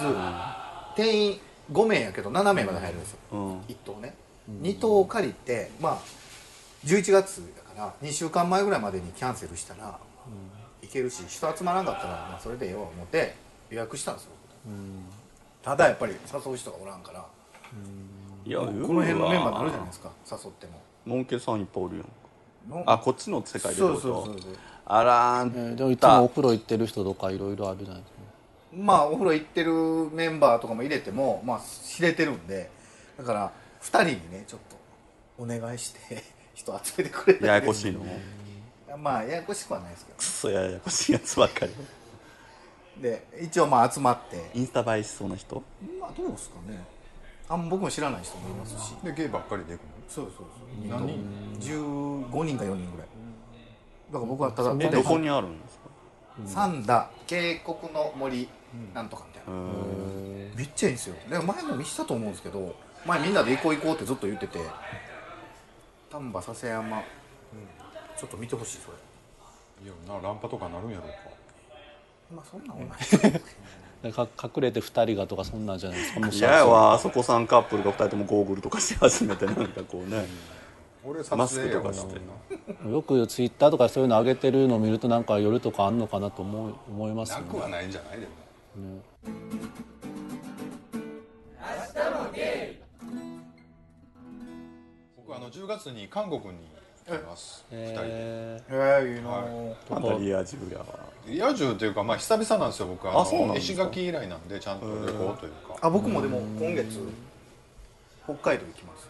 S5: 店員5名やけど7名まで入るんですよ、
S3: うん
S5: 1棟ね、2棟を借りてまあ11月だから2週間前ぐらいまでにキャンセルしたら、いけるし人集まらんかったら、まあ、それでええわ思って予約したんですよ、ただやっぱり誘う人がおらんから
S3: いや
S5: この辺のメンバーになるじゃないですか誘っても
S3: ノンケさんいっぱいおるやん
S5: の
S3: あこっちの世界で
S5: そう
S3: って
S5: そ
S3: こ
S5: う
S3: と
S5: そうそう
S3: あらあん
S2: えーでもいつもお風呂行ってる人とかいろいろあるじゃないですか。
S5: まあお風呂行ってるメンバーとかも入れてもまあ知れてるんでだから2人にねちょっとお願いして 人集めてくれ
S3: ややこしいの
S5: まあややこしくはないですけ
S3: くそややこしいやつばっかり
S5: どで一応まあ集まって
S3: インスタ映えしそうな人
S5: まあどうですかねあんま僕も知らない人もいますし
S1: でゲイばっかりで行くの
S5: そうそうそう何人15人か4人ぐらいだから僕はただ
S3: えどこにあるんですか
S5: 三田渓谷の森なんとかみたいなめっちゃいいんですよで前も見したと思うんですけど前みんなで行こう行こうってずっと言ってて丹波篠山、ちょっと見てほしいそれ
S1: いやな乱波とかなるんやろうか
S5: まあそんなもんない
S2: でか隠れて二人がとかそんなんじゃないですか。も
S3: 嫌やわあそこさんカップルが2人ともゴーグルとかし始めてなんかこうね
S1: 俺撮
S3: マスク
S1: 影や
S3: と
S1: もん
S3: か
S1: な
S3: して
S2: よくツイッターとかそういうの上げてるのを見るとなんか夜とかあんのかなと思い思いますよ
S1: な
S2: ね
S1: くはないんじゃないでも僕あの10月に韓国に行きます2人で
S2: え
S5: えー、いいな
S3: またリア充やわ
S1: 野獣というかまあ久々なんですよ僕あ
S3: あそうなん
S1: の
S3: で
S1: 絵
S3: す
S1: 師
S3: か
S1: 書き以来なんでちゃんと旅行というか
S5: あ僕もでも今月北海道行きます、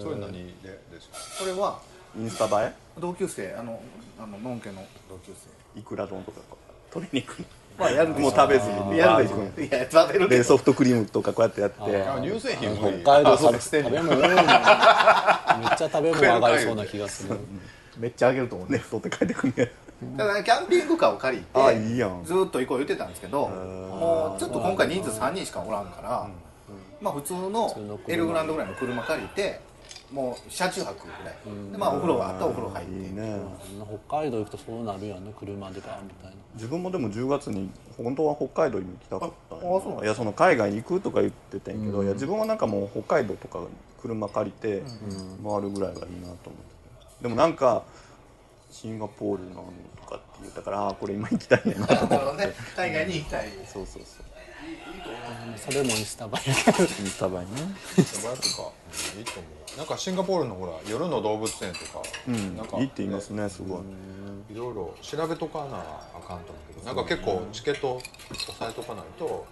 S1: それ何でですか
S5: それは
S3: インスタ映
S5: 同級生あのあののんけの同級生
S3: えいくら丼とか取りに行く
S5: まあやるでしょ
S3: もう食べずに
S5: やるでしょいや食べるで
S3: で
S5: しょ
S3: ソフトクリームとかこうやってやって
S1: あ乳製品
S2: ー
S1: 無理
S2: 北海道
S1: あそう
S2: 食
S1: です
S2: べ食べ物多いなめっちゃ食べ物上がりそうな気がする
S5: めっちゃあげると思う
S3: ネ
S5: ね
S3: ットって帰ってくんね
S5: だからキャンピングカーを借りて
S3: あいいやん
S5: ずーっと行こう言ってたんですけどもうちょっと今回人数3人しかおらんから、まあ普通
S2: 通の
S5: の
S2: 車
S5: エルグランドぐらいの車借りてもう車中泊ぐらい、でまあお風呂があったらお風呂入って
S3: いいね
S2: 北海道行くとそうなるやんね車でバーンみたいな
S3: 自分もでも10月に本当は北海道に行きたかったん
S5: ああそうなん
S3: やいやその海外に行くとか言ってたんやけど、いや自分はなんかもう北海道とか車借りて回るぐらいがいいなと思ってでもなんかシンガポールのとかって言ったからああこれ今行きたいんやなと思
S5: なる
S3: っ
S5: ほどね海外に行きたい
S3: て そうそうそう
S2: それもインスタ映
S3: イ
S2: え
S3: ンスタ映えね
S1: そば屋とかうんいいと思うなんかシンガポールのほら夜の動物園とか、
S3: うん
S1: なんか
S3: いいって言いますねすごい
S1: いろいろ調べとかなあかんと思うけどなんか結構チケット押さえとかないと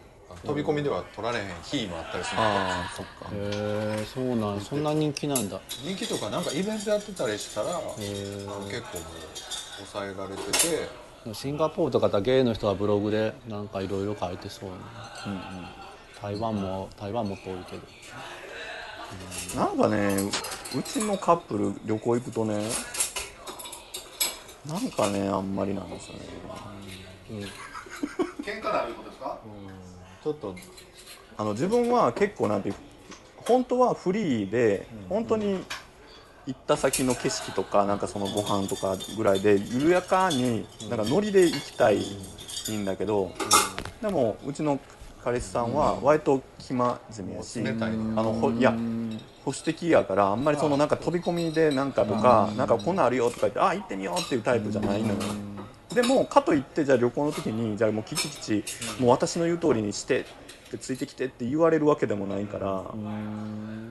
S1: 飛び込みでは取られへん日もあったりするの
S3: ああそっか
S2: へえー、そうなんそんな人気なんだ
S1: 人気とかなんかイベントやってたりしたらあの結構もう抑えられてて
S2: シンガポールとかだゲイの人はブログでなんかいろいろ書いてそうね、台湾も台湾も遠いけど
S3: なんかねうちのカップル旅行行くとねなんかねあんまりなんですよね
S5: 喧嘩だるいうことですか、
S1: ちょっと
S3: あの自分は結構なんていう本当はフリーで本当に行った先の景色とかなんかそのご飯とかぐらいで緩やかになんかノリで行きたいんだけどでもうちの彼氏さんは割と生真面目やし
S1: 冷たいね
S3: あのほいや保守的やからあんまりそのなんか飛び込みでなんかとかなんかこんなんあるよとか言ってあ行ってみようっていうタイプじゃないのよでもかといってじゃあ旅行の時にじゃあもうきちきち、もう私の言う通りにしてってついてきてって言われるわけでもないから、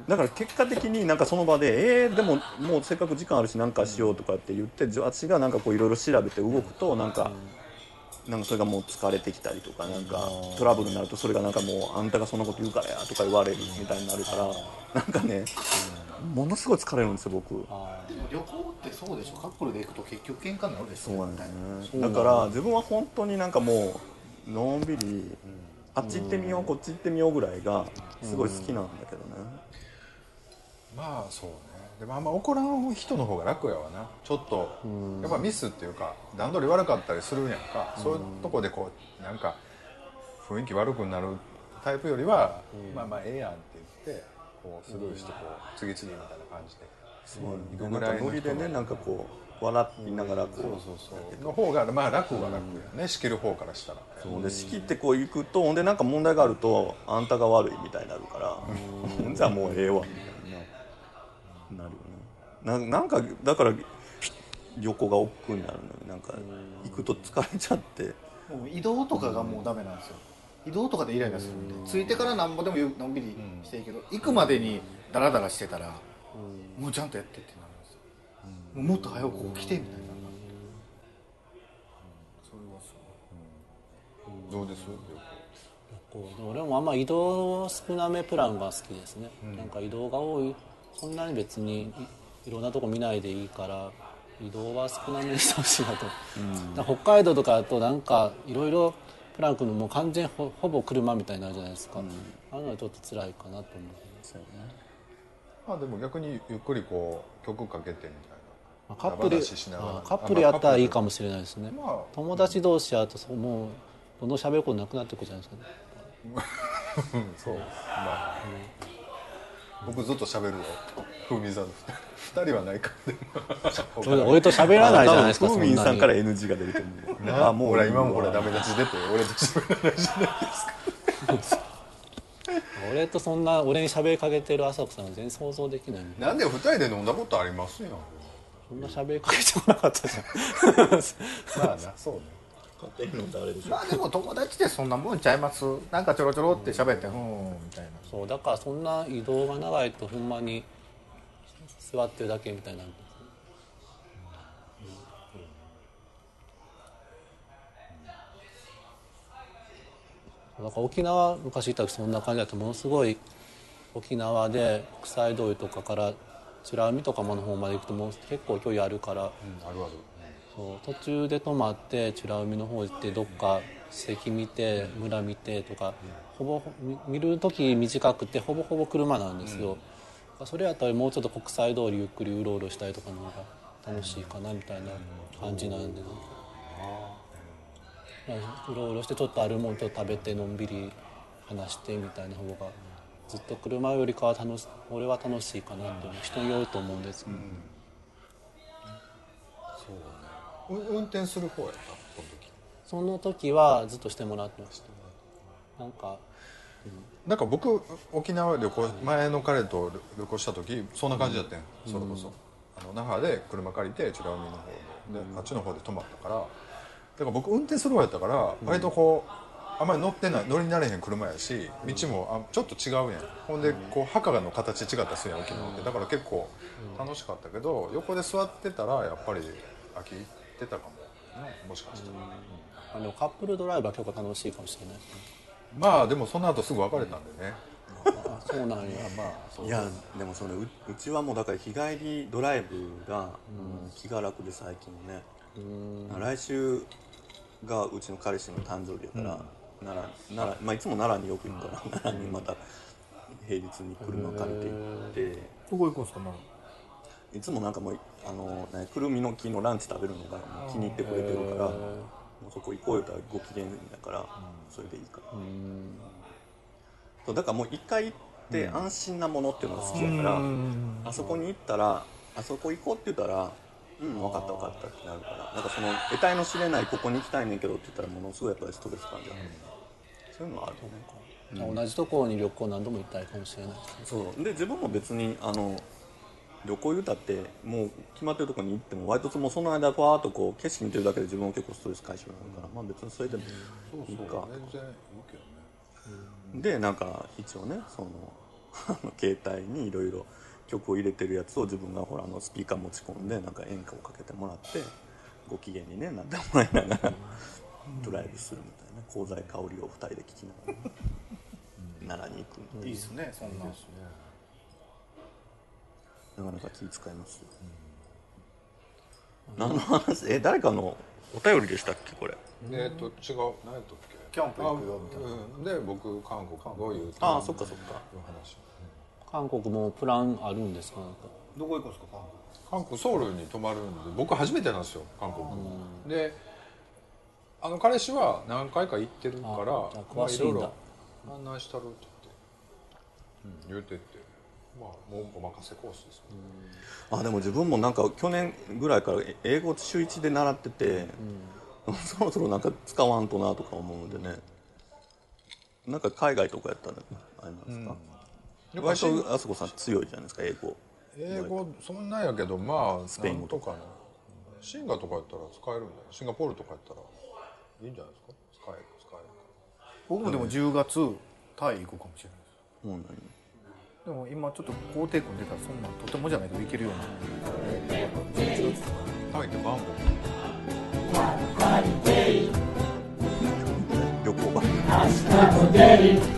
S3: だから結果的になんかその場でえー、でももうせっかく時間あるしなんかしようとかって言ってじゃあ私がなんかこういろいろ調べて動くとなんか。なんかそれがもう疲れてきたりとかなんかトラブルになるとそれがなんかもうあんたがそんなこと言うからやとか言われるみたいになるからなんかねものすごい疲れるんですよ僕
S5: でも旅行ってそうでしょカップルで行くと結局喧嘩になるでしょ
S3: そうなんだよねだから自分は本当になんかもうのんびりあっち行ってみようこっち行ってみようぐらいがすごい好きなんだけどね
S1: まあそうねでもあんま怒らん人の方が楽やわなちょっとやっぱミスっていうか段取り悪かったりするやんかそういうとこでこうなんか雰囲気悪くなるタイプよりはまあまあええやんって言ってこうスルーしてこう次々みたいな感じで
S3: そう
S1: ど
S3: なん
S1: ぐらいの
S3: かノリでねなんかこう笑いながらこう
S1: そうそうの方がまあ楽は楽やね仕切る方からしたら
S3: そうで仕切ってこう行くとほんでなんか問題があるとあんたが悪いみたいになるから じゃあもうええわみたいななるよねななんかだから旅行が億劫になるのになんか行くと疲れちゃって
S5: もう移動とかがもうダメなんですよ移動とかでイライラするんで着いてからなんぼでもゆのんびりしていいけど行くまでにダラダラしてたらもうちゃんとやってってなるんですよもうもっと早くこう来てみたいな
S1: どうです
S2: こうでも俺もあんま移動少なめプランが好きですね、なんか移動が多いそんなに別にいいろんなとこ見ないでいいから移動は少なめにしてほしいなと、だから北海道とかだとなんかいろいろプランクのもう完全ほほぼ車みたいになるじゃないですか、ああいうのはちょっと辛いかなと思う
S1: まあでも逆にゆっくりこう曲かけてみたいな、
S2: まあカップル
S1: ダバダシしながら
S2: あカップルやったらいいか
S1: も
S2: もしれないですね、
S1: まあ
S2: 友達同士やとそうもうどんどん喋ることなくなってくるじゃないですか、
S1: そうまあ、僕ずっと喋るよ風味さんの二人二人はないかでも
S2: 俺俺と喋らないじゃないですか
S3: 多分
S2: そ
S3: フーミ
S2: ん
S3: ン
S2: な
S3: さん
S2: に
S3: から NG が出ると思う
S1: なあもう俺
S3: いい
S1: 今
S3: わ
S1: もほらダメ出し出て俺と喋らないじゃないですか
S2: 俺とそんな俺に喋りかけてる朝子さんは全然想像できないもん
S1: なんで二人で飲んだことありますよ
S2: そんな喋りかけてこなかったじ ゃ
S1: まあなそうね
S5: まあでも友達でそんなもんちゃいますなんかちょろちょろって喋ってうんみたいなん
S2: そうだからそんな移動が長いとほんまに座ってるだけみたいななんか沖縄昔行った時そんな感じだとものすごい沖縄で国際通りとかから美ら海とかもの方まで行くともう結構距離あるから、
S1: あるある
S2: そう途中で泊まって美ら海の方行ってどっか史跡見て村見てとかほぼみ見る時短くてほぼほぼ車なんですよ、それやったらもうちょっと国際通りゆっくりうろうろしたりとかの方が楽しいかなみたいな感じなんで、なんかうろうろしてちょっとあるもんと食べてのんびり話してみたいな方がずっと車よりかは楽し俺は楽しいかなって思う人によると思うんですけど、
S1: う運転する方やったその時
S2: その時はずっとしてもらってましたなんか
S1: なんか僕沖縄旅行前の彼と旅旅行した時そんな感じだったよ、それこそあの那覇で車借りて美ら海の方でであっちの方で泊まったからだから僕運転する方やったから割とこうあんまり乗ってない乗りになれへん車やし道もあちょっと違うやんほんでこう墓の形違ったりするやん沖縄ってだから結構楽しかったけど横で座ってたらやっぱり飽きてたかも、ね、もしかしたら。
S2: あのカップルドライブは結構楽しいかもしれないですね
S1: まあでもその後すぐ別れたんでね、
S2: あそうなんや
S1: まあそう
S3: いやでもそれううちはもうだから日帰りドライブがうん気が楽で最近ね、来週がうちの彼氏の誕生日やから、奈良奈良、まあ、いつも奈良によく行くから、奈良にまた平日に車借りて行って。
S5: どこ行くんですかな、
S3: いつもなんかもうあの、ね、くるみの木のランチ食べるのがもう気に入ってくれてるから、もうそこ行こうよったらご機嫌だから、それでいいから、そうだからもう一回行って安心なものっていうのが好きだから、あそこに行ったらあそこ行こうって言ったらうん分かった分かったってなるからなんかその得体の知れないここに行きたいねんけどって言ったらものすごいやっぱりストレス感じゃう、そういうのはあるよね
S2: 同じところに旅行何度も行ったりかもしれないですね
S3: そうで自分も別にあの旅行言うたってもう決まってるとこに行っても割ともうその間ファーっとこう景色見てるだけで自分も結構ストレス解消になるから、まあ別にそれでもいいかとか、
S1: 全然いいけどね
S3: でなんか一応ねその あの携帯にいろいろ曲を入れてるやつを自分がほらあのスピーカー持ち込んでなんか演歌をかけてもらってご機嫌にねなってもらいながらドライブするみたいな香西香りを二人で聴きながらね、奈良に行くんで
S5: いいですねそんな
S3: なかなか気使いますよ、何の話え誰かのお便りでしたっけこれ
S1: えっと違う何やったっけ
S5: キャンプ行くよみたいな
S1: うん、で僕韓国どういう
S3: ああそっかそっか
S1: いう話
S2: 韓国もプランあるんですかなんか
S5: どこ行くんですか
S1: 韓国ソウルに泊まるんで僕初めてなんですよ韓国であの彼氏は何回か行ってるから
S2: あじゃあ
S1: まあ
S2: 詳し
S1: い
S2: いんだ
S1: ろいろ案内したるって言って、うん、言うてってまあもうお任せコースですよ、
S3: あでも自分もなんか去年ぐらいからえ英語週1で習ってて、 そろそろなんか使わんとなとか思うんでねなんか海外とかやったらあれなんですか、割とあそこさん強いじゃないですか英語
S1: 英語そんなんやけどまあス
S3: ペイン語
S1: とかねシンガとかやったら使えるんだよシンガポールとかやったらいいんじゃないですか使える使える
S5: 僕もでも10月タイ行こうかもしれないです
S3: もう何
S5: でも今ちょっと工程組んでたらそんなんとてもじゃないといけるような
S1: タイってバンコク
S3: 旅行版